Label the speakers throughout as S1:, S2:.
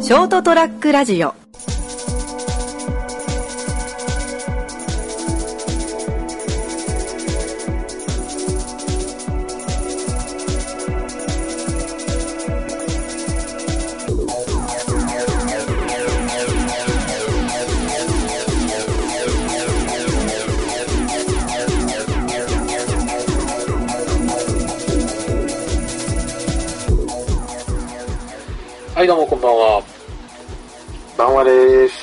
S1: ショートトラックラジオ
S2: はい、どうもこんばんは。
S3: ばんはです。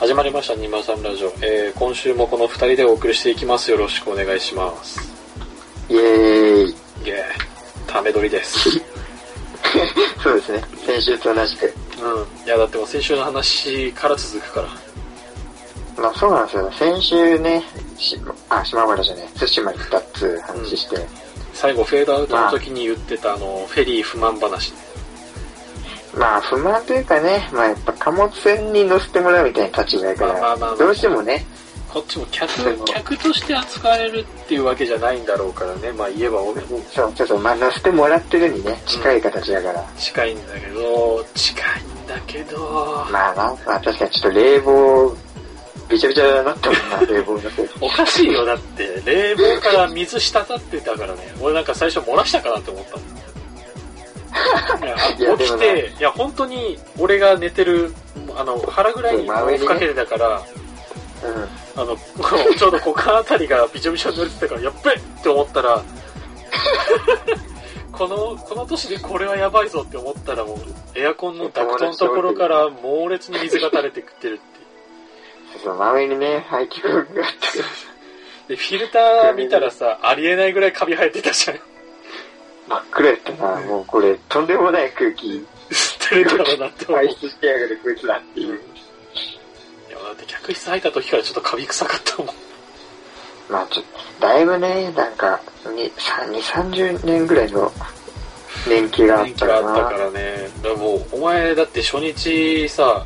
S2: 始まりました、203ラジオ。えー、今週もこの2人でお送りしていきます。よろしくお願いします。
S3: イエー
S2: イェー
S3: イ。
S2: イ。ため撮りです。
S3: そうですね。先週と同じで。
S2: うん。いや、だってもう先週の話から続くから。
S3: まあそうなんですよね。先週ね、しあ、島原じゃねえ、対馬行ったっつう話して、
S2: 最後、フェードアウトの時に言ってた、あの、フェリー不満話ね。
S3: まあ不満というかね、まあやっぱ貨物船に乗せてもらうみたいな立場やか
S2: まあまあまあまあ
S3: ら、どうしてもね、
S2: こっちも
S3: そう
S2: 客、客として扱えるっていうわけじゃないんだろうからね。まあ言えば俺も
S3: そう、ちょっとまあ乗せてもらってるにね、近い形やから。
S2: 近いんだけど、近いんだけど、
S3: まあな、まあ確かにちょっと冷房、びちゃびちゃだなって思うな、冷房の せいで。
S2: おかしいよ、だって。冷房から水滴ってたからね。俺なんか最初漏らしたかなと思ったもん。い
S3: いや
S2: や
S3: で
S2: 起き
S3: もな
S2: て、いや、本当に俺が寝てる、あの、腹ぐらいに
S3: 真上にね
S2: かけてたから、
S3: うん。
S2: あの、 ちょうど股間あたりがびちょびちょに濡れてたから、やっべえって思った ら、この、この年でこれはやばいぞって思ったらもう、エアコンのダクトのところから猛烈に水が垂れてくってるっていう。
S3: そう、真上にね、排気口があって、
S2: で、フィルター見たらさ、 ありえないぐらいカビ生えてたじゃん。
S3: 真っ暗やったな、もうこれ、とんでもない空気、
S2: 知ってるだろうなって思う。
S3: 排
S2: い
S3: 出してやがるこいつらっていう。
S2: や、だって客室入った時からちょっとカビ臭かったもん。
S3: まあちょっと、だいぶね、なんか、に、さ2、30年ぐらいの年季があっ
S2: 気
S3: た
S2: があ
S3: ら
S2: ったか
S3: な。
S2: らね。だからもう、お前だって初日さ、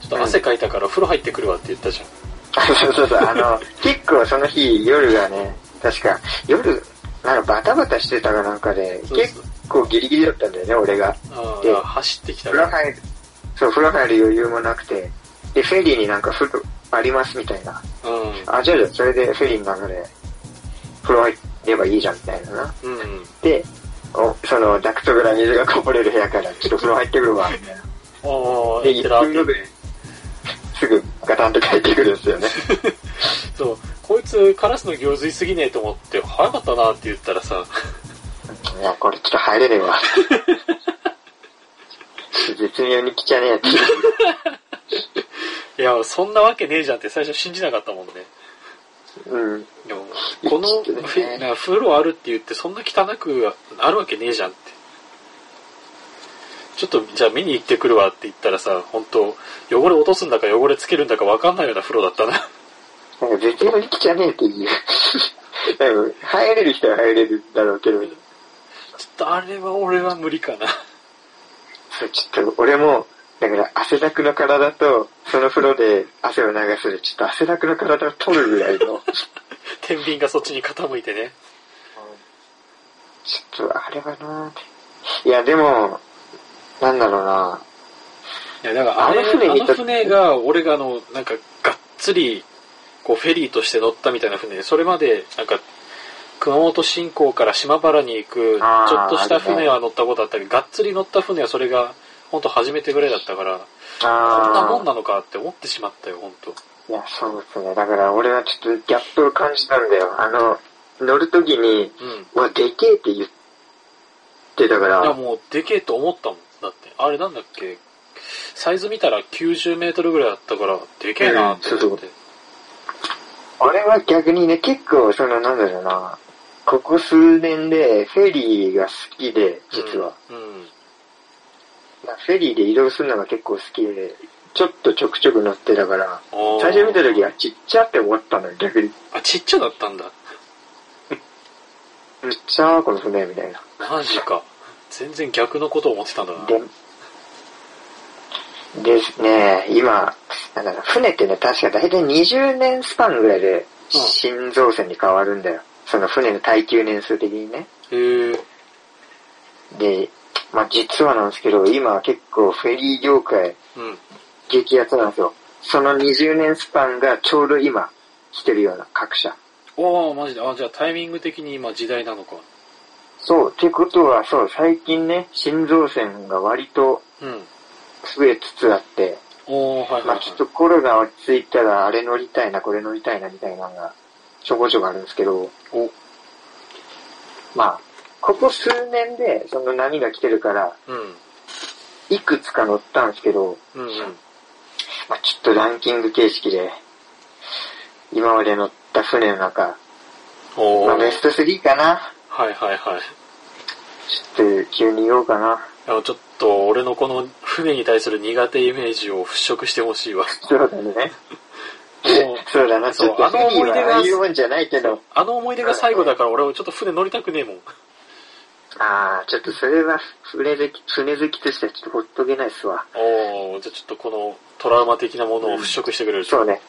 S2: ちょっと汗かいたから風呂入ってくるわって言ったじゃん。
S3: そうそうそう、あの、結構その日、夜がね、確か、夜、なんかバタバタしてたかなんかで、
S2: そうそ
S3: 結
S2: う
S3: 構ギリギリだったんだよね、俺が。
S2: ああ、
S3: で
S2: 走ってきたか
S3: 風呂
S2: ら。
S3: 入る、そう、風呂入る余裕もなくて、で、フェリーになんか風呂ありますみたいな。
S2: う
S3: あ、じゃあじゃあ、それでフェリーの中で、風呂入ればいいじゃんみたいなな。
S2: ん。うん。
S3: で、おその、ダクトから水がこぼれる部屋から、ちょっと風呂入ってくるわ、みたい
S2: あ
S3: な。
S2: あ、
S3: で、
S2: 言っ
S3: 1
S2: てら
S3: 分後で、すぐガタンと帰ってくるんですよね。
S2: そう、こいつカラスの行水すぎねえと思って、早かったなって言ったらさ、
S3: いや、これちょっと入れねえわ。絶妙に汚ねえやつ。
S2: いや、そんなわけねえじゃんって最初信じなかったもんね。
S3: うん。
S2: でも、この、
S3: ちょっとね
S2: ふなんか風呂あるって言って、そんな汚くあるわけねえじゃんって。ちょっと、じゃあ見に行ってくるわって言ったらさ、本当汚れ落とすんだか汚れつけるんだか分かんないような風呂だったな。
S3: なんか絶妙に汚ねえっていう。なんか入れる人は入れるだろうけど、
S2: ちょっとあれは俺は無理かな。
S3: そうちょっと俺も、だから汗だくの体と、その風呂で汗を流すで、ちょっと汗だくの体を取るぐらいの。
S2: 天秤がそっちに傾いてね。
S3: ちょっと、あれはなぁ。いや、でも、なんだろうない
S2: や、だからあれ、
S3: あの船
S2: あ
S3: に
S2: の船が、俺があの、なんか、がっつり、こう、フェリーとして乗ったみたいな船で、それまで、なんか、熊本新港から島原に行く、ち
S3: あー
S2: ょっとした船は乗ったことあったけど、がっつり乗った船はそれが、ほんと初めてぐらいだったから、こんなもんなのかって思ってしまったよ、ほんと。
S3: いや、そうですね。だから俺はちょっとギャップを感じたんだよ。あの、乗るときに、
S2: うん。
S3: うわ、でけえって言ってたか
S2: いや、
S3: ら、
S2: もう、でけえと思ったもん。だって、あれなんだっけ、サイズ見たら90メートルぐらいだったから、でけえなって思って。
S3: 俺は逆にね、結構、その、なんだろうなここ数年で、フェリーが好きで、実は。
S2: うん。うん。
S3: まあフェリーで移動するのが結構好きで、ちょっとちょくちょく乗ってたから、
S2: おー
S3: 最初見たときはちっちゃって思ったのよ、逆に。
S2: あ、ちっちゃだったんだ。
S3: めっちゃこの船、みたいな。
S2: マジか。全然逆のことを思ってたんだな。
S3: で、ですね、今、なんだろう、船ってね、確か大体20年スパンぐらいで、
S2: うん
S3: 新造船に変わるんだよ。その船の耐久年数的にね。
S2: へえ。
S3: で、まあ実はなんですけど、今結構フェリー業界
S2: うん。
S3: 激アツなんですよ。その20年スパンがちょうど今来てるような各社。
S2: おー、マジで。あ、じゃあタイミング的に今時代なのか。
S3: そう、ってことはそう、最近ね、新造船が割と
S2: うん。
S3: 増えつつあって、
S2: おー、はいはい、
S3: ま
S2: は
S3: あ
S2: い
S3: ちょっとコロナ落ち着いたらあれ乗りたいな、これ乗りたいなみたいなのがちょこちょこあるんですけど、
S2: お、
S3: まあ、ここ数年でその波が来てるから、
S2: うん。
S3: いくつか乗ったんですけど、
S2: うん、うん。
S3: まあ、ちょっとランキング形式で、今まで乗った船の中、
S2: お
S3: まあ、
S2: ー。
S3: ベスト3かな
S2: はいはいはい。
S3: ちょっと急に言おうかな。
S2: あのちょっと俺のこの船に対する苦手イメージを払拭してほしいわ。
S3: そうだね。
S2: もう、
S3: そうだな、ち
S2: そう
S3: ょっと
S2: あの思い出が
S3: 次はああいうもんじゃないけど。
S2: あの思い出が最後だから俺はちょっと船乗りたくねえもん。
S3: ああ、ちょっとそれは船好き、船好きとしてはちょっとほっとけないっすわ。
S2: おー、じゃあちょっとこのトラウマ的なものを払拭してくれる
S3: そうね。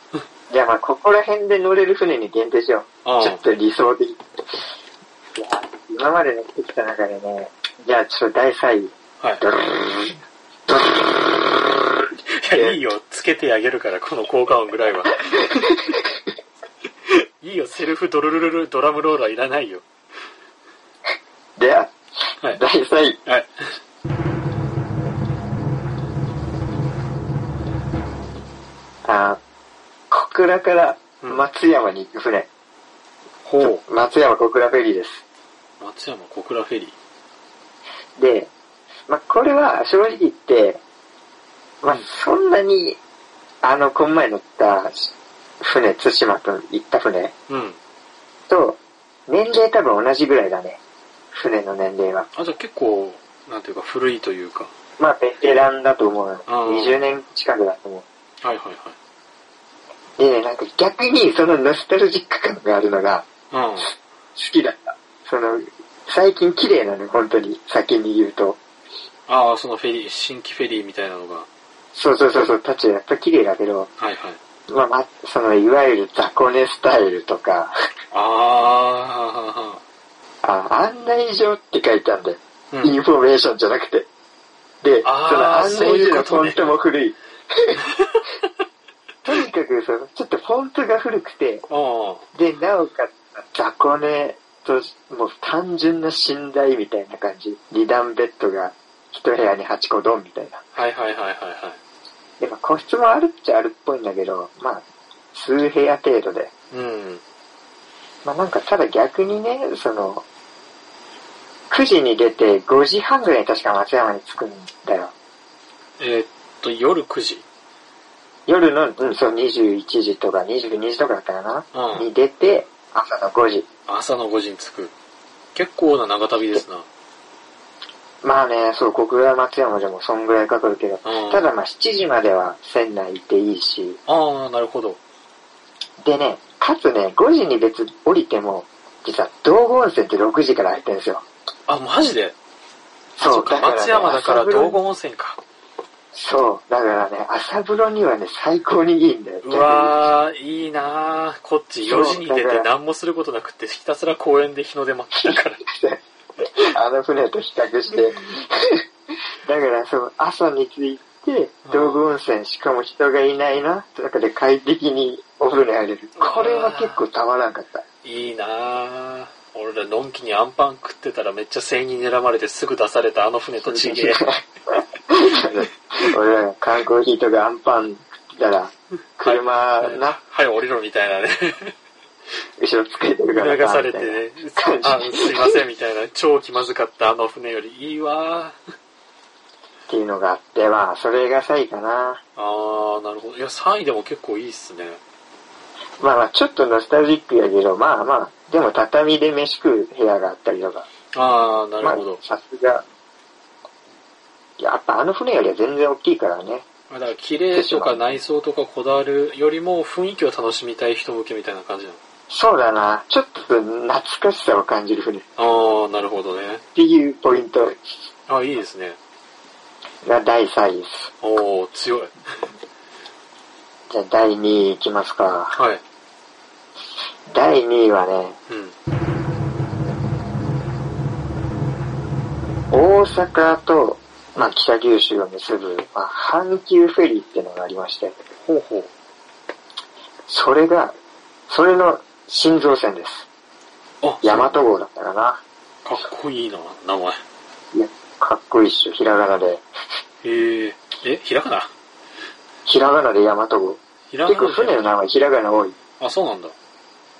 S3: じゃあまあ、ここら辺で乗れる船に限定しよ
S2: あ
S3: う。ちょっと理想的。いや今まで乗ってきた中でね、じゃあちょっと第3位。
S2: はい。
S3: ドルルルルル
S2: い や、いいよ。つけてあげるから、この効果音ぐらい は。いいよ、セルフドルルルルドラムローラーいらないよ。
S3: では、
S2: はい。
S3: 第3位。
S2: はい。
S3: あー小倉から松山に行く船。
S2: ほ
S3: 松山小倉フェリーです。
S2: う。松山小倉フェリー。
S3: で、まあ、これは正直言って、まあ、そんなに、あの、この前乗った船、対馬と行った船
S2: うん。
S3: と、年齢多分同じぐらいだね。船の年齢は。
S2: あ、じゃあ結構、なんていうか、古いというか。
S3: まあ、ベテランだと思うよ。
S2: うん
S3: 20年近くだと思
S2: はいはいは
S3: う。で、なんか逆にそのノスタルジック感があるのが、
S2: い。
S3: 好きだった。その、最近綺麗なの、本当に。先に言うと。
S2: うん。ああ、そのフェリー、新規フェリーみたいなのが。
S3: そうそうそうそう、タッチやっぱ綺麗だけど、
S2: はいはい。
S3: まあ、ま、その、いわゆる雑魚寝スタイルとか、
S2: あ
S3: あ、案内状って書いてあるんだよ。
S2: あ、う
S3: イ
S2: ん。
S3: ンフォメーションじゃなくて。で、そ
S2: あー
S3: の案
S2: そう
S3: 内
S2: いう
S3: 状
S2: こ
S3: のフ
S2: と
S3: ォ
S2: ね
S3: ントも古い。とにかく、その、ちょっとフォントが古くて、
S2: あ
S3: で、なおかつ、雑魚寝と、もう単純な寝台みたいな感じ。二段ベッドが、一部屋に8個ドンみたいな。
S2: あ、はいはいはいはいは
S3: で、まあ、個室もあるっちゃあるっぽいんだけど、まあ、数部屋程度で。
S2: い。うん。
S3: まあなんかただ逆にね、その、9時に出て5時半ぐらいに確か松山に着くんだよ。
S2: えーっと、夜9時。
S3: 夜の、うん、そう21時とか22時とかだったかな、
S2: うん
S3: に出て、朝の5時。
S2: 朝の5時に着く。結構な長旅ですな。
S3: まあね、そう、小倉松山でもそんぐらいかかるけど、
S2: うん
S3: ただまあ7時までは船内いていいし、
S2: ああ、なるほど。
S3: でね、かつね、5時に別に降りても、実は道後温泉って6時から入ってるんですよ。
S2: あ、マジであ
S3: そう、
S2: っか、
S3: だからね
S2: 松山だから
S3: 朝風呂
S2: 道後温泉か。
S3: そう、だからね、朝風呂にはね、最高にいいんだよ。
S2: うわー、いいなー。こっち4時に出
S3: そう
S2: て
S3: だから
S2: 何もすることなくって、ひたすら公園で日の出待ってたか ら。
S3: 逆にあの船と比 較して。だから、その朝に着いて、道具温泉、しかも人がいないな、とかで快適にお風呂に入れる。これは結構たまらんかった。
S2: いいなー。俺らのんきにアンパン食ってたらめっちゃ船員に睨まれてすぐ出されたあの船とちげえ。
S3: 俺らが缶コーヒーとかアンパン食ってたら、車な、
S2: はい、降りろみたいなね。
S3: 後ろつけてるから
S2: 流されて
S3: みたいな
S2: ね、あすいませんみたいな、超気まずかったあの船よりいいわー。
S3: っていうのがあって、まあ、それが3位かな。
S2: あー、なるほど。いや、3位でも結構いいっすね。
S3: まあまあ、ちょっとノスタルジックやけど、まあまあ、でも畳で飯食う部屋があったりとか、
S2: あー、な
S3: ま
S2: る
S3: あ
S2: ほど。、
S3: さすが、やっぱあの船よりは全然大きいからね。
S2: まあだから、綺麗とか内装とかこだわるよりも、雰囲気を楽しみたい人向けみたいな感じな
S3: そうだな、ちょっと懐かしさを感じる船っ
S2: の。あー、なるほどね。
S3: ていうポイント
S2: あ、いいですね。
S3: が第3位です。
S2: おー、強い。
S3: じゃあ第2位いきますか。
S2: はい。
S3: 第2位はね、
S2: うん。
S3: 大大阪と、まあ、北九州を結ぶ、まあ、阪急フェリーっていうのがありまして、
S2: ほうほう。
S3: それが、それの心臓線です。
S2: あ、
S3: 大和号だったかな。
S2: かっこいいな、名前。
S3: いや、かっこいいっしょ、ひらがなで。
S2: へえ。え、ひらがな
S3: ひらがなで大和号。
S2: ひら
S3: 結構
S2: がな
S3: 船の名前ひらがな多い。
S2: あ、そうなんだ。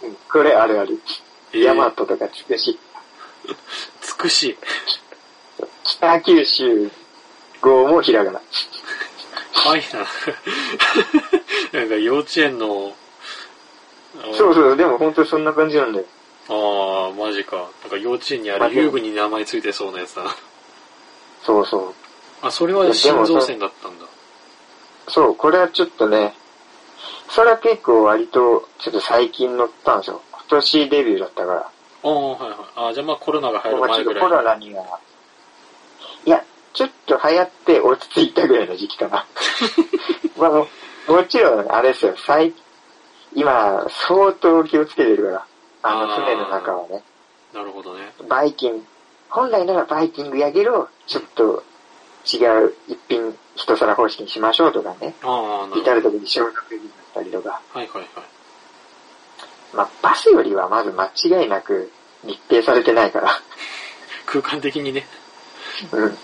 S3: うんこれあるある。
S2: ええ
S3: 大和とかつくし、
S2: つくし。
S3: 北九州号もひらがな。
S2: かわいい な。なんか幼稚園の、あの
S3: そうそう、でも本当そんな感じなんだよ。
S2: ああ、マジか。なんか幼稚園にあ
S3: マ
S2: る
S3: ジで
S2: 遊具に名前ついてそうなやつだな。
S3: そうそう。
S2: あ、それは心臓線だったんだ。
S3: そう、これはちょっとね、それは結構割と、ちょっと最近乗ったんですよ。今年デビューだったから。
S2: ああ、はいはい。あじゃあまあコロナが流行
S3: 僕
S2: る
S3: はち
S2: 前
S3: ょっと
S2: ぐ
S3: コ
S2: らい。
S3: ロナには、いや、ちょっと流行って落ち着いたぐらいの時期か な。まあもうもちろん、あれですよ、最、今、相当気をつけてるから。あの
S2: あー
S3: 船の中はね、
S2: なるほどね。
S3: バイキング、本来ならバイキングやけど、ちょっと違う一品、一皿方式にしましょうとかね、
S2: ああ、なるほど
S3: 至。るとこに消毒になったりとか。
S2: はいはいはい。
S3: まあ、バスよりはまず間違いなく密閉されてないから。
S2: 空間的にね。
S3: うん。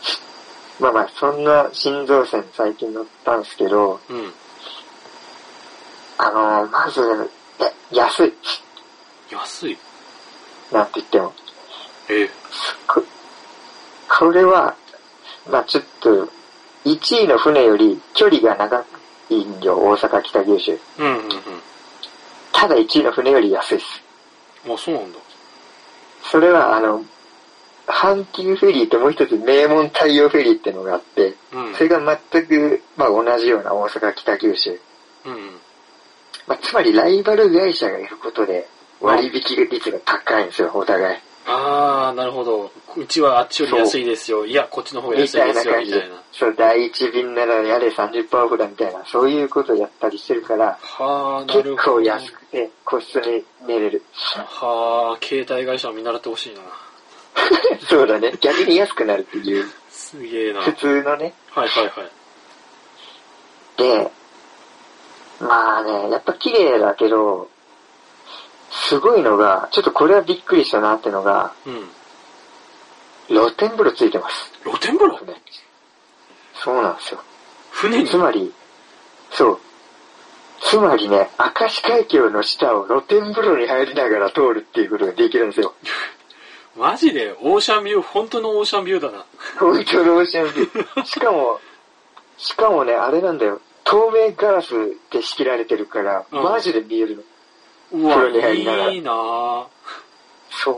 S3: まあまあ、そんな心臓線最近乗ったんですけど、
S2: うん。
S3: あのーまず、え安い。
S2: 安い。
S3: なんて言っても。
S2: ええ
S3: ここれは、まあちょっと、1位の船より距離が長いんよ、大阪北九州。
S2: うんうん
S3: ただ1位の船より安いです。
S2: うん。あ、そうなんだ。
S3: それは、あの、阪急フェリーともう一つ名門太陽フェリーってのがあって、
S2: うん。
S3: それが全く、まあ、同じような大阪北九州。
S2: うんうん。
S3: まあ、つまりライバル会社がいることで割引率が高いんですよ、お互い。
S2: ああ、なるほど。うちはあっちより安いですよ。いや、こっちの方が
S3: み
S2: 安
S3: た
S2: いで
S3: いな
S2: すよ、
S3: 感
S2: み
S3: じ
S2: たいな。。
S3: そう、第一便ならやれ30%オフだみたいな、そういうことをやったりしてるから、
S2: はあ、な
S3: 結
S2: るほど。
S3: 構安くて個室に寝れる。
S2: はあ、携帯会社を見習ってほしいな。
S3: そうだね。逆に安くなるっていう、
S2: すげえな。は
S3: 普
S2: い
S3: 通のね。
S2: はいはい。
S3: で、まあね、やっぱ綺麗だけど、すごいのが、ちょっとこれはびっくりしたなってのが、
S2: うん。
S3: 露天風呂ついてます。
S2: 露天風呂
S3: そうなんですよ。
S2: 船に
S3: つまり、そう。つまりね、明石海峡の下を露天風呂に入りながら通るっていうことができるんですよ。
S2: マジでオーシャンビュー、本当のオーシャンビューだな。
S3: 本当のオーシャンビュー。しかも、しかもね、あれなんだよ。透明ガラスで仕切られてるから、
S2: うん
S3: マジで見えるの。
S2: うわ、
S3: 風呂に入りながら
S2: いいなあ
S3: そ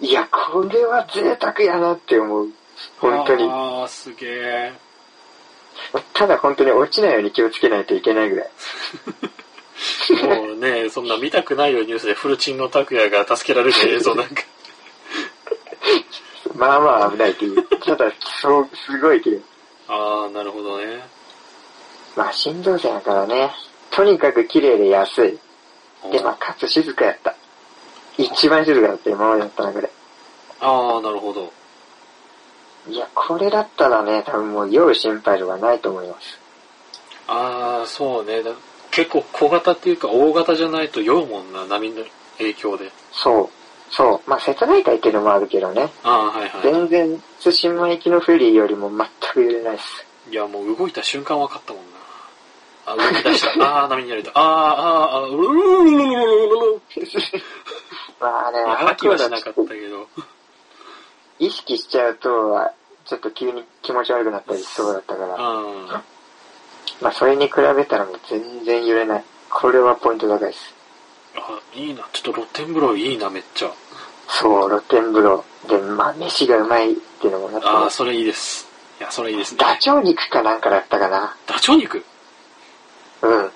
S3: う。いや、これは贅沢やなって思う。本当に。
S2: ああ、すげえ。
S3: ただ本当に落ちないように気をつけないといけないぐらい。
S2: もうね、そんな見たくないよニュースでフルチンの拓也が助けられる映像なんか。
S3: まあまあ危ないっていう。ただ、そう、すごい綺麗。
S2: ああ、なるほどね。
S3: まあ、新動線だからね。とにかく綺麗で安い。で、まあ、
S2: あ
S3: かつ静かやった。一番静かだった、今までだった中で。
S2: あー、なるほど。
S3: いや、これだったらね、多分もう酔う心配とかないと思います。
S2: ああ、そうね。だ結構小型っていうか大型じゃないと酔うもんな、波の影響で。
S3: そう。そう。まあ、瀬戸内海っていうのもあるけどね。
S2: ああ、はいは
S3: 全然、対馬行きのフェリーよりも全く揺れないっ す。
S2: い。いや、もう動いた瞬間分かったもんな。あ、動き出した。 ああ、波にやられた。ああ、あーあー、うるるるるるるるる。
S3: まあね、
S2: いや
S3: あの
S2: 吐き
S3: 頃
S2: は
S3: だ
S2: し
S3: と
S2: なかったけど。
S3: 意識しちゃうと、ちょっと急に気持ち悪くなったりしそうだったから。
S2: うん。
S3: まあ、それに比べたらもう全然揺れない。これはポイント高いっす。
S2: あ、いいな。ちょっと露天風呂いいな、めっちゃ。
S3: そう、露天風呂。で、まあ、飯がうまいっていうのもなって
S2: あ
S3: ま
S2: あ、
S3: す。
S2: それいいです。いや、それいいですね。
S3: ダチョウ肉かなんかだったかな。
S2: ダチョウ肉
S3: う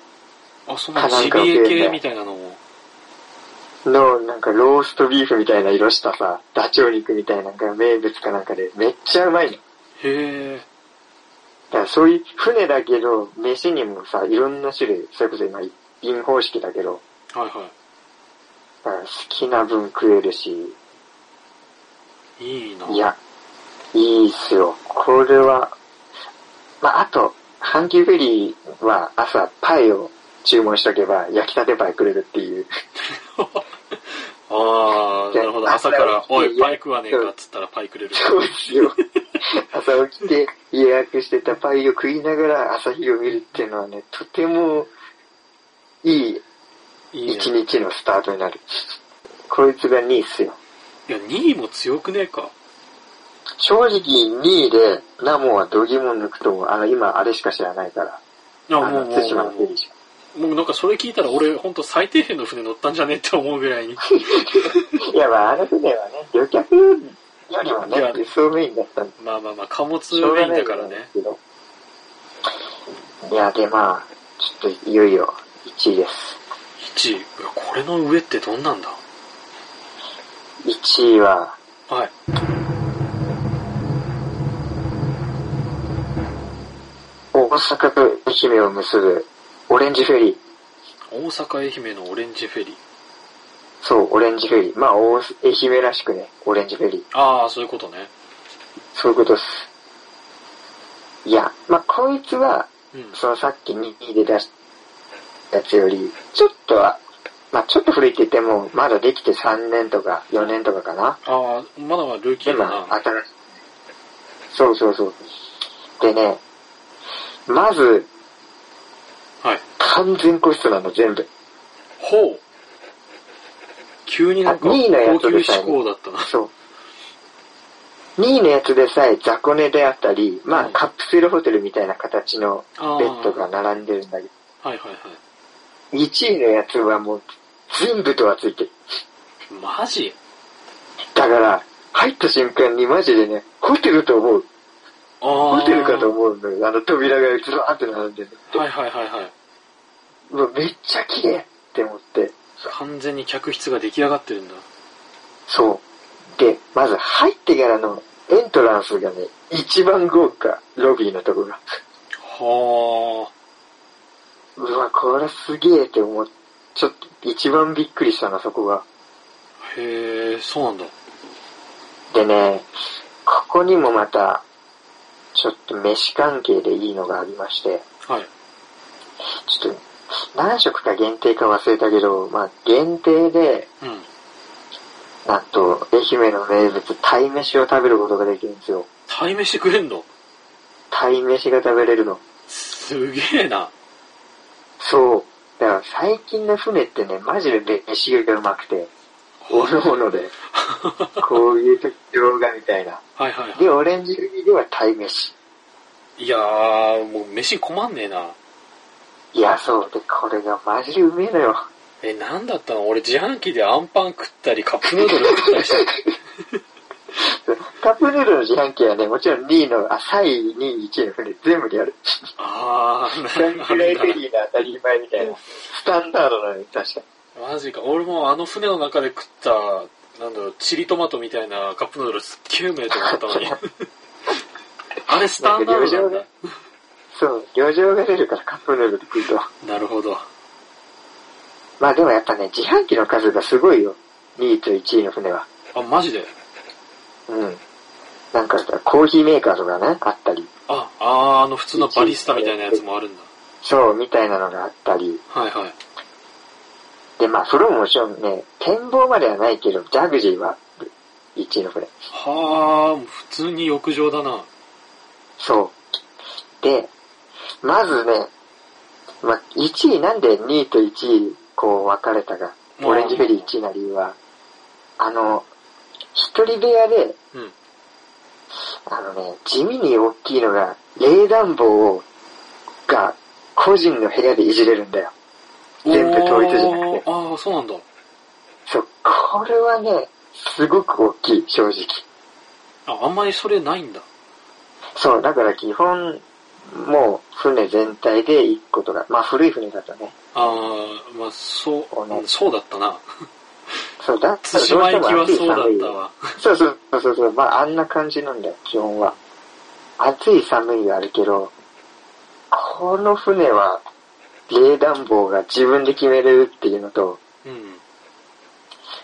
S2: あ、そ
S3: あ
S2: の
S3: な
S2: ジ
S3: んか
S2: ビエ
S3: 受ける
S2: 系
S3: ね
S2: みたいなのも。
S3: ん。の、なんかローストビーフみたいな色したさ、ダチョウ肉みたいなのが名物かなんかで、めっちゃうまいの。だ
S2: へえ。
S3: からそういう船だけど、飯にもさ、いろんな種類、それこそ今一品方式だけど、
S2: はいは
S3: だから好きな分食えるし、
S2: い。いいな。
S3: いや、いいいっすよ。これは、まあ、あと、阪急フェリーは朝パイを注文しとけば焼きたてパイくれるっていう。
S2: ああ、なるほど。朝から、おい、パイ食わねえかっつったらパイくれる。
S3: そうですよ。朝起きて予約してたパイを食いながら朝日を見るっていうのはね、とてもいい
S2: いいね。
S3: 一日のスタートになる。こいつが2位っすよ。
S2: いや、2位も強くねえか。
S3: 正直2位でナモは度肝を抜くと思う。あの、今あれしか知らないから。
S2: いや、
S3: あ
S2: もう、
S3: の、
S2: も
S3: 対馬のフェリー
S2: う、
S3: しか。
S2: もうなんかそれ聞いたら俺、ほんと最低限の船乗ったんじゃねえって思うぐら いに。
S3: いや、まあ、あの船はね、旅客よりも
S2: いや
S3: ね、輸送メインだったんで、
S2: まあまあまあ、貨物
S3: しょう
S2: メイ
S3: が
S2: ン
S3: ない
S2: だ
S3: と
S2: か
S3: 思
S2: ら
S3: うんで
S2: ね
S3: す。けど。いや、で、まあ、ちょっといよいよ1位です。
S2: 1位。いやこれの上ってどんなんだ
S3: 1位は、
S2: はい。
S3: 大阪と愛媛を結ぶオレンジフェリー。
S2: 大阪、愛媛のオレンジフェリー。
S3: そう、オレンジフェリー。まあ、大愛媛らしくね、オレンジフェリー。
S2: ああ、そういうことね。
S3: そういうことっす。いや、まあ、こいつは、
S2: うん。
S3: そのさっき2位で出したやつより、ちょっとは、まあ、ちょっと古いって言っても、まだできて3年とか4年とかかな。
S2: ああ、まだまだルーキーだ
S3: 今、
S2: な。
S3: 新しい。そうそうそう。でね、まず、
S2: はい。
S3: 完全個室なの、全部。
S2: ほう。急になんか、
S3: あ二位のや
S2: 高
S3: つ
S2: 級
S3: でさ
S2: 志向だったな。
S3: そう。2位のやつでさえ雑魚寝であったり、ま
S2: う
S3: あ
S2: ん
S3: カプセルホテルみたいな形の
S2: ああ。
S3: ベッドが並んでるんだけ
S2: はいはいは
S3: ど、1位のやつはもう全部ドアついてる。
S2: い。マジ
S3: だから、入った瞬間にマジでね、ホテルと思う。
S2: ああ。
S3: ホテルかと思うんだよ。あの扉がずらーって並んでる。
S2: はいはいはいはい。
S3: うわ、めっちゃ綺麗って思って。
S2: 完全に客室が出来上がってるんだ。
S3: そう。で、まず入ってからのエントランスがね、一番豪華。ロビーのとこが。
S2: は
S3: うわ、これすげえって思う。ちょっと、一番びっくりしたな、そこが。
S2: あ。へえ、そうなんだ。
S3: でね、ここにもまた、ちょっと飯関係でいいのがありまして、
S2: はい。
S3: ちょっと、何食か限定か忘れたけど、まあ、限定で、
S2: うん。
S3: なんと、愛媛の名物、鯛飯を食べることができるんですよ。
S2: 対面してくれんの
S3: 鯛飯が食べれるの。
S2: すげえな。
S3: そう。だから最近の船ってね、マジで飯がうまくて、おのおので、こういう時動画みたいな。
S2: はいはいは
S3: で、オレンジフリーでは鯛飯。
S2: い。いやー、もう飯困んねえな。
S3: いや、そう。で、これがマジでうめえのよ。
S2: え、なんだったの俺自販機でアンパン食ったりカップヌードル食ったり した。
S3: カップヌードルの自販機はね、もちろん2位の、あ、3位、2位、1位の船全部でやる。
S2: あー、
S3: サン
S2: な
S3: フライフェ
S2: ん
S3: リーの当たり前みたいな。スタンダードなのに確か。
S2: だ。マジか。俺もあの船の中で食った、なんだろう、チリトマトみたいなカップヌードルすっげえうめえと思った のに。あれスタンダードなんだ。
S3: そう、漁場が出るからカップヌードル食うと。
S2: なるほど。
S3: まあでもやっぱね、自販機の数がすごいよ。2位と1位の船は。
S2: あ、マジで
S3: うん。なんかさ、コーヒーメーカーとかね、あったり。
S2: あ、あー、あの普通のバリスタみたいなやつもあるんだ。
S3: そう、みたいなのがあったり。
S2: はいはい。
S3: で、まあ、風呂ももちろんね、展望まではないけど、ジャグジーは1位の船。
S2: はー、普通に浴場だな。
S3: そう。で、まずね、まあ、1位なんで2位と1位、こう分かれたが、
S2: うん
S3: オレンジフェリー1位な理由は、あの、一人部屋で、
S2: うん。
S3: あのね、地味に大きいのが、冷暖房を、が、個人の部屋でいじれるんだよ。全部統一じゃなくて
S2: おーあー、そうなんだ。
S3: そう、これはね、すごく大きい、正直。
S2: あ、あんまりそれないんだ。
S3: そう、だから基本、もう船全体で1個とか、まあ古い船だとね、
S2: あー、まあ、そ
S3: この
S2: う、そうだったな。
S3: そうだった
S2: 対
S3: らどう
S2: 馬
S3: して
S2: 行きはそ
S3: も暑い
S2: うだ
S3: 寒い
S2: っ
S3: よ
S2: たわ。
S3: そうそうそうそうそう。まああんな感じなんだよ、基本は。暑い寒いはあるけど、この船は冷暖房が自分で決めれるっていうのと、
S2: うん。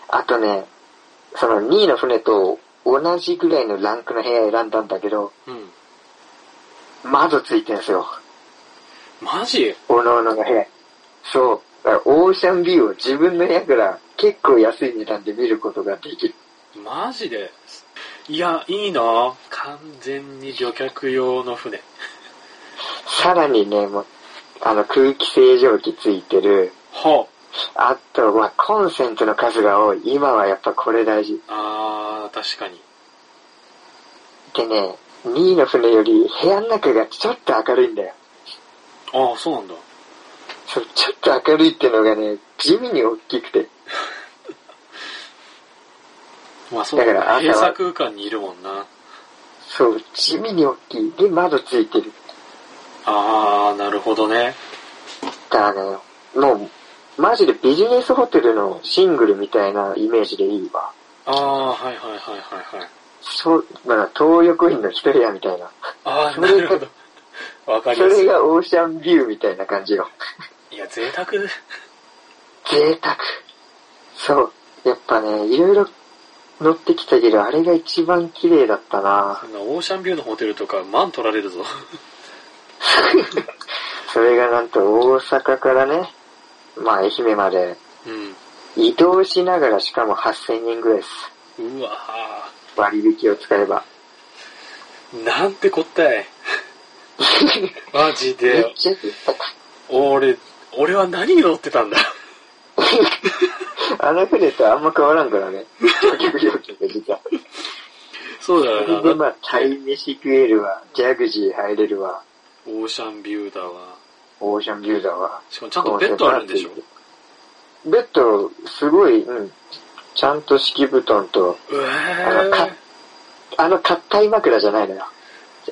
S3: あとね、その2位の船と同じぐらいのランクの部屋選んだんだけど、
S2: うん。
S3: 窓ついてんすよ。
S2: マジ
S3: おのおのの部屋。そう。だからオーシャンビューを自分の部屋から結構安い値段で見ることができる。
S2: マジでいや、いいな完全に旅客用の船。
S3: さらにね、もう、あの空気清浄機ついてる。
S2: は
S3: あと、まあ、コンセントの数が多い。今はやっぱこれ大事。
S2: あ、あー、確かに。
S3: でね、2位の船より部屋の中がちょっと明るいんだよ。
S2: ああ、そうなんだ。
S3: そう、ちょっと明るいってのがね、地味に大きくて。
S2: まあ、そうだ
S3: だから
S2: な。
S3: あんた
S2: 閉
S3: は
S2: 鎖空間にいるもんな。
S3: そう、地味に大きい。で、窓ついてる。
S2: あー、なるほどね。
S3: だからね、もう、マジでビジネスホテルのシングルみたいなイメージでいいわ。
S2: あー、はいはいはいはいはい。
S3: そう、だから東横インの一部屋みたいな。
S2: あー、
S3: そ
S2: な
S3: れ
S2: るほど。わかり
S3: そ
S2: やす
S3: れ
S2: い。
S3: がオーシャンビューみたいな感じよ。
S2: いや、贅沢。
S3: 贅沢。そう。やっぱね、いろいろ乗ってきたけど、あれが一番綺麗だったな
S2: あ。のオーシャンビューのホテルとか、万取られるぞ。
S3: それがなんと大阪からね、まあ愛媛まで
S2: うん。
S3: 移動しながらしかも8000円ぐらいです。
S2: うわ
S3: 割引を使えば。
S2: ーなんてこった い。マジ
S3: めっ
S2: で。
S3: ちゃ贅
S2: 俺、俺は何に乗ってたんだ。
S3: 沢。あの船とあんま変わらんからね。結局料金が実は。
S2: そうだ
S3: そ
S2: よ
S3: れ
S2: な
S3: で。まあ、鯛飯食えるわ、ジャグジー入れるわ、
S2: オーシャンビューだわ。
S3: オーシャンビューだわ。
S2: しかもちゃんとベッドあるんでしょ
S3: ベッド、すごい、うん。ちゃんと敷布団と、
S2: うわ
S3: あのか
S2: ー
S3: あの、硬い枕じゃないのよ。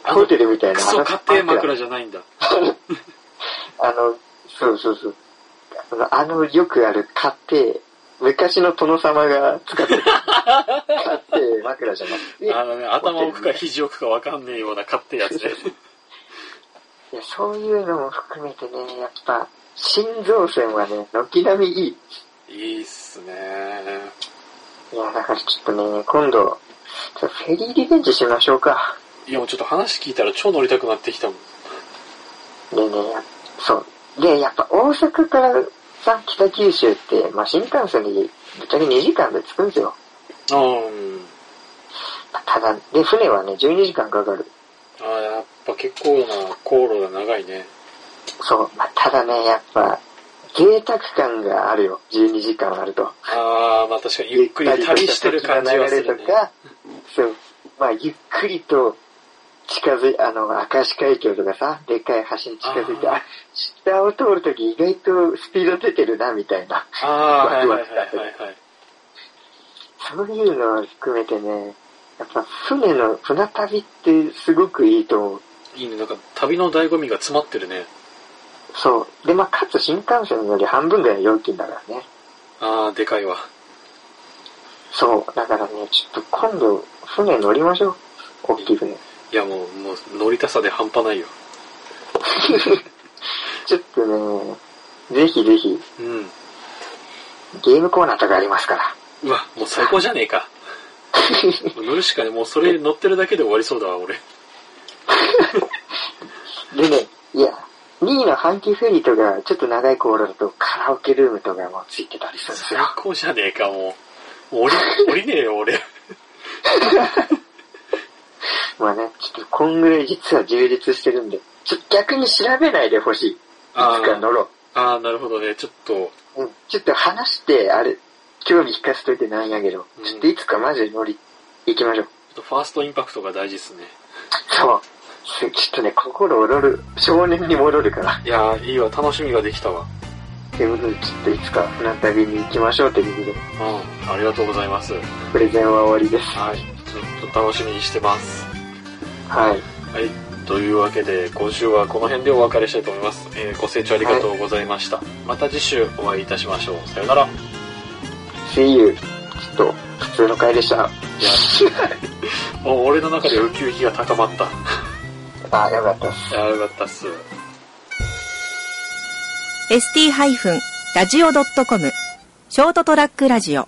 S2: あの
S3: ホテルみたいな。
S2: クソ家庭
S3: あ
S2: 枕じゃないんだ。
S3: の。あの、そうそうそう。あの、あのよくある家庭、昔の殿様が 使ってる。家庭枕じゃなくて。
S2: あのね、頭置くか肘置くかわかんねえような買ってやつね。
S3: いや、そういうのも含めてね、やっぱ、新造船はね、軒並みいい。
S2: いいっすね。
S3: いや、だからちょっとね、今度、ちょっとフェリーリベンジしましょうか。
S2: いや、もうちょっと話聞いたら超乗りたくなってきたもん。
S3: でね、やそう。で、やっぱ大阪からさ、北九州って、まあ、新幹線でぶっちゃけ2時間で着くんですよ。
S2: うん。
S3: まあただ、で、船はね、12時間かかる。
S2: あーやっぱ結構な航路が長いね。
S3: そう。まあ、ただね、やっぱ、贅沢感があるよ。12時間あると。
S2: ああ、まあ確かにゆっくり旅してる感じがする
S3: ゆ
S2: ね
S3: っくりとした時の流れと。か、そう。まあ、ゆっくりと、近づい、あの、明石海峡とかさ、でっかい橋に近づいて、
S2: あー
S3: あ、下を通るとき意外とスピード出てるな、みたいな。
S2: ああ、はいはいはい はいはい。
S3: そういうのを含めてね、やっぱ船の、船旅ってすごくいいと思う。
S2: いいね、なんか旅の醍醐味が詰まってるね。
S3: そう。で、まあ、かつ新幹線より半分ぐらいの料金だからね。
S2: ああ、でかいわ。
S3: そう。だからね、ちょっと今度、船乗りましょう。大きい船。
S2: いやもう、もう乗りたさで半端ないよ。
S3: ちょっとね、ぜひぜひ、
S2: うん。
S3: ゲームコーナーとかありますから。
S2: うわ、もう最高じゃねえか。もう乗るしかね、もうそれ乗ってるだけで終わりそうだわ、俺。
S3: でね、いや、2位の阪急フェリーとか、ちょっと長い航路だとカラオケルームとかもついてたりするんです
S2: 最
S3: よ。
S2: 高じゃねえか、もう。もう降り、 降りねえよ、俺。
S3: まあね、ちょっとこんぐらい実は充実してるんで、ちょっと逆に調べないでほしい。いつ
S2: あ
S3: か乗ろ
S2: ああ、なるほどね。ちょっと、
S3: う。うん。ちょっと話して、あれ、興味引かせといてなんやけど、
S2: うん
S3: ちょっといつかマジで乗り、行きましょう。
S2: ちょっとファーストインパクトが大事ですね。
S3: そう。すちょっとね、心躍る、少年に戻るから。
S2: いやー、いいわ、楽しみができたわ。
S3: ということで、ちょっといつか船旅に行きましょうということで、
S2: うん、ありがとうございます。はい、
S3: プレゼンは終わりです。
S2: ちょっと楽しみにしてます。
S3: はい。
S2: はい、というわけで今週はこの辺でお別れしたいと思います、えーご清聴ありがとうございました、また次週お会いいたしましょうさよなら
S3: See you. ちょっと、普通の回でした。
S2: もう俺の中でウキウキが高まった
S3: あ、よかったっす。
S2: あよかったっす
S1: ST-radio.com ショートトラックラジオ